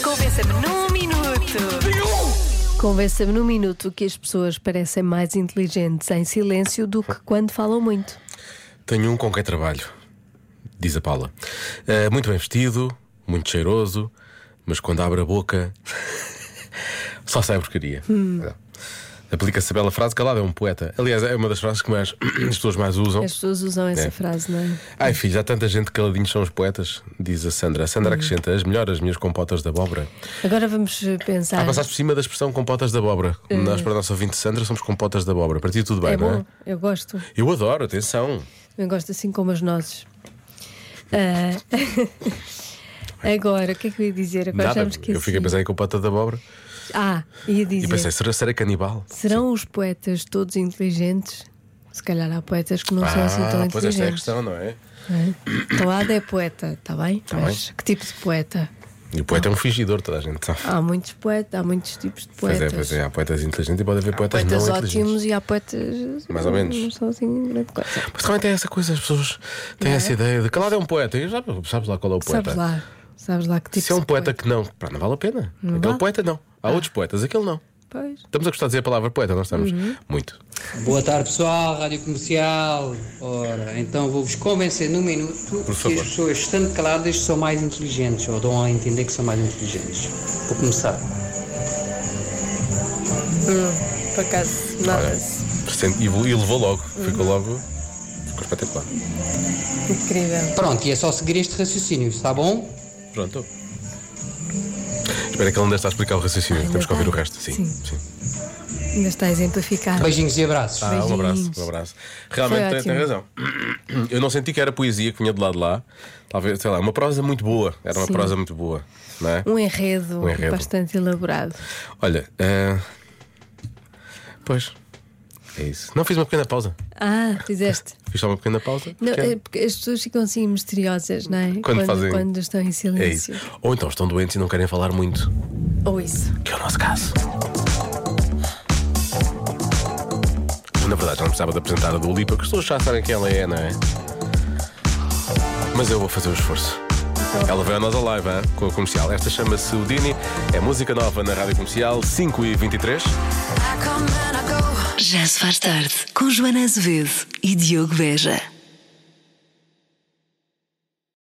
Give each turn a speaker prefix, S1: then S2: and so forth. S1: Convença-me num minuto.
S2: Convença-me num minuto que as pessoas parecem mais inteligentes em silêncio do que quando falam muito.
S3: Tenho um com quem trabalho, diz a Paula. Eh, muito bem vestido, muito cheiroso, mas quando abre a boca só sai a porcaria.
S2: Hum.
S3: Olha, Aplica-se a bela frase, calado é um poeta. Aliás, é uma das frases que mais as pessoas mais usam.
S2: As pessoas usam essa
S3: É.
S2: frase, não é?
S3: Ai filho, há tanta gente que caladinhos são os poetas, diz a Sandra. A
S2: Hum.
S3: Sandra acrescenta as melhores as minhas compotas de abóbora.
S2: Agora vamos eh, pensar.
S3: Ah, passaste por cima da expressão compotas de abóbora. Nós, para a nossa ouvinte Sandra, somos compotas de abóbora. Para ti tudo bem,
S2: é
S3: não
S2: bom,
S3: é?
S2: eu gosto.
S3: Eu adoro, atenção.
S2: Eu gosto assim como as nozes. Ah, Agora, o que é que eu ia dizer? Agora já
S3: Nada,
S2: me
S3: eu
S2: esqueci.
S3: fiquei a pensar em compota de abóbora
S2: Ah, ia
S3: e
S2: dizer.
S3: pensei, será, será canibal?
S2: Serão os poetas todos inteligentes? Se calhar há poetas que não são assim tão
S3: ah, pois esta é a
S2: inteligentes.
S3: questão, não é?
S2: é? Então Ada é poeta, está bem?
S3: Tá
S2: Mas que tipo de poeta?
S3: E o poeta é um fingidor, toda a gente sabe.
S2: Há muitos poetas, há muitos tipos de
S3: Pois
S2: Ah, poetas.
S3: é, pois é, há poetas inteligentes e pode haver poetas,
S2: Poetas
S3: não é inteligentes.
S2: ótimos e há poetas
S3: Mais ou menos.
S2: não são assim grande coisa.
S3: Mas também tem essa coisa, as pessoas têm essa ideia de calado é um poeta. E já sabes lá qual é o poeta.
S2: Sabes lá, sabes lá que tipo
S3: Se é um
S2: de
S3: poeta que não, pá, não vale a pena.
S2: Não
S3: aquele
S2: vale. Ah.
S3: poeta não. Há outros poetas, aquele não.
S2: Pois.
S3: Estamos a gostar de dizer a palavra poeta, não estamos?
S2: Uhum.
S3: Muito.
S4: Boa tarde, pessoal, Rádio Comercial. Ora, então vou-vos convencer num minuto que
S3: favor.
S4: as pessoas, estando caladas, são mais inteligentes, ou dão a entender que são mais inteligentes. Vou começar.
S2: Hum, Por acaso, nota-se.
S3: Sente- E e levou logo,
S2: Uhum.
S3: ficou logo. Ficou espetacular.
S2: Incrível.
S4: Pronto, e é só seguir este raciocínio, está bom?
S3: Pronto. Espera que ele ainda está a explicar o raciocínio.
S2: ainda
S3: Temos que ouvir
S2: está.
S3: o resto. Sim.
S2: Sim.
S3: sim.
S2: Ainda está a exemplificar.
S4: Beijinhos e abraços.
S3: Ah, um abraço,
S2: Beijinhos.
S3: um abraço. Realmente tem,
S2: ótimo.
S3: tem razão. Eu não senti que era poesia que vinha do lado de lá. Talvez, sei lá, uma prosa muito boa. Era uma
S2: Sim.
S3: prosa muito boa, não é?
S2: Um enredo,
S3: Um enredo.
S2: bastante elaborado.
S3: Olha, eh, pois é isso. Não fiz uma pequena pausa.
S2: Ah, fizeste.
S3: Fiz só uma pequena pausa.
S2: Não,
S3: pequena.
S2: é porque as pessoas ficam assim misteriosas, não é?
S3: Quando fazem-
S2: quando estão em
S3: É
S2: silêncio.
S3: isso. Ou então estão doentes e não querem falar muito,
S2: Ou isso.
S3: que é o nosso caso. Na verdade, já não precisava de apresentar a do Lipa, que as pessoas já sabem quem ela é, não é? Mas eu vou fazer o esforço. Ela veio a nós ao live, hein? com a comercial. Esta chama-se o Dini, é música nova na rádio comercial 5 e 23.
S1: Já se faz tarde com Joana Azevedo e Diogo Veja.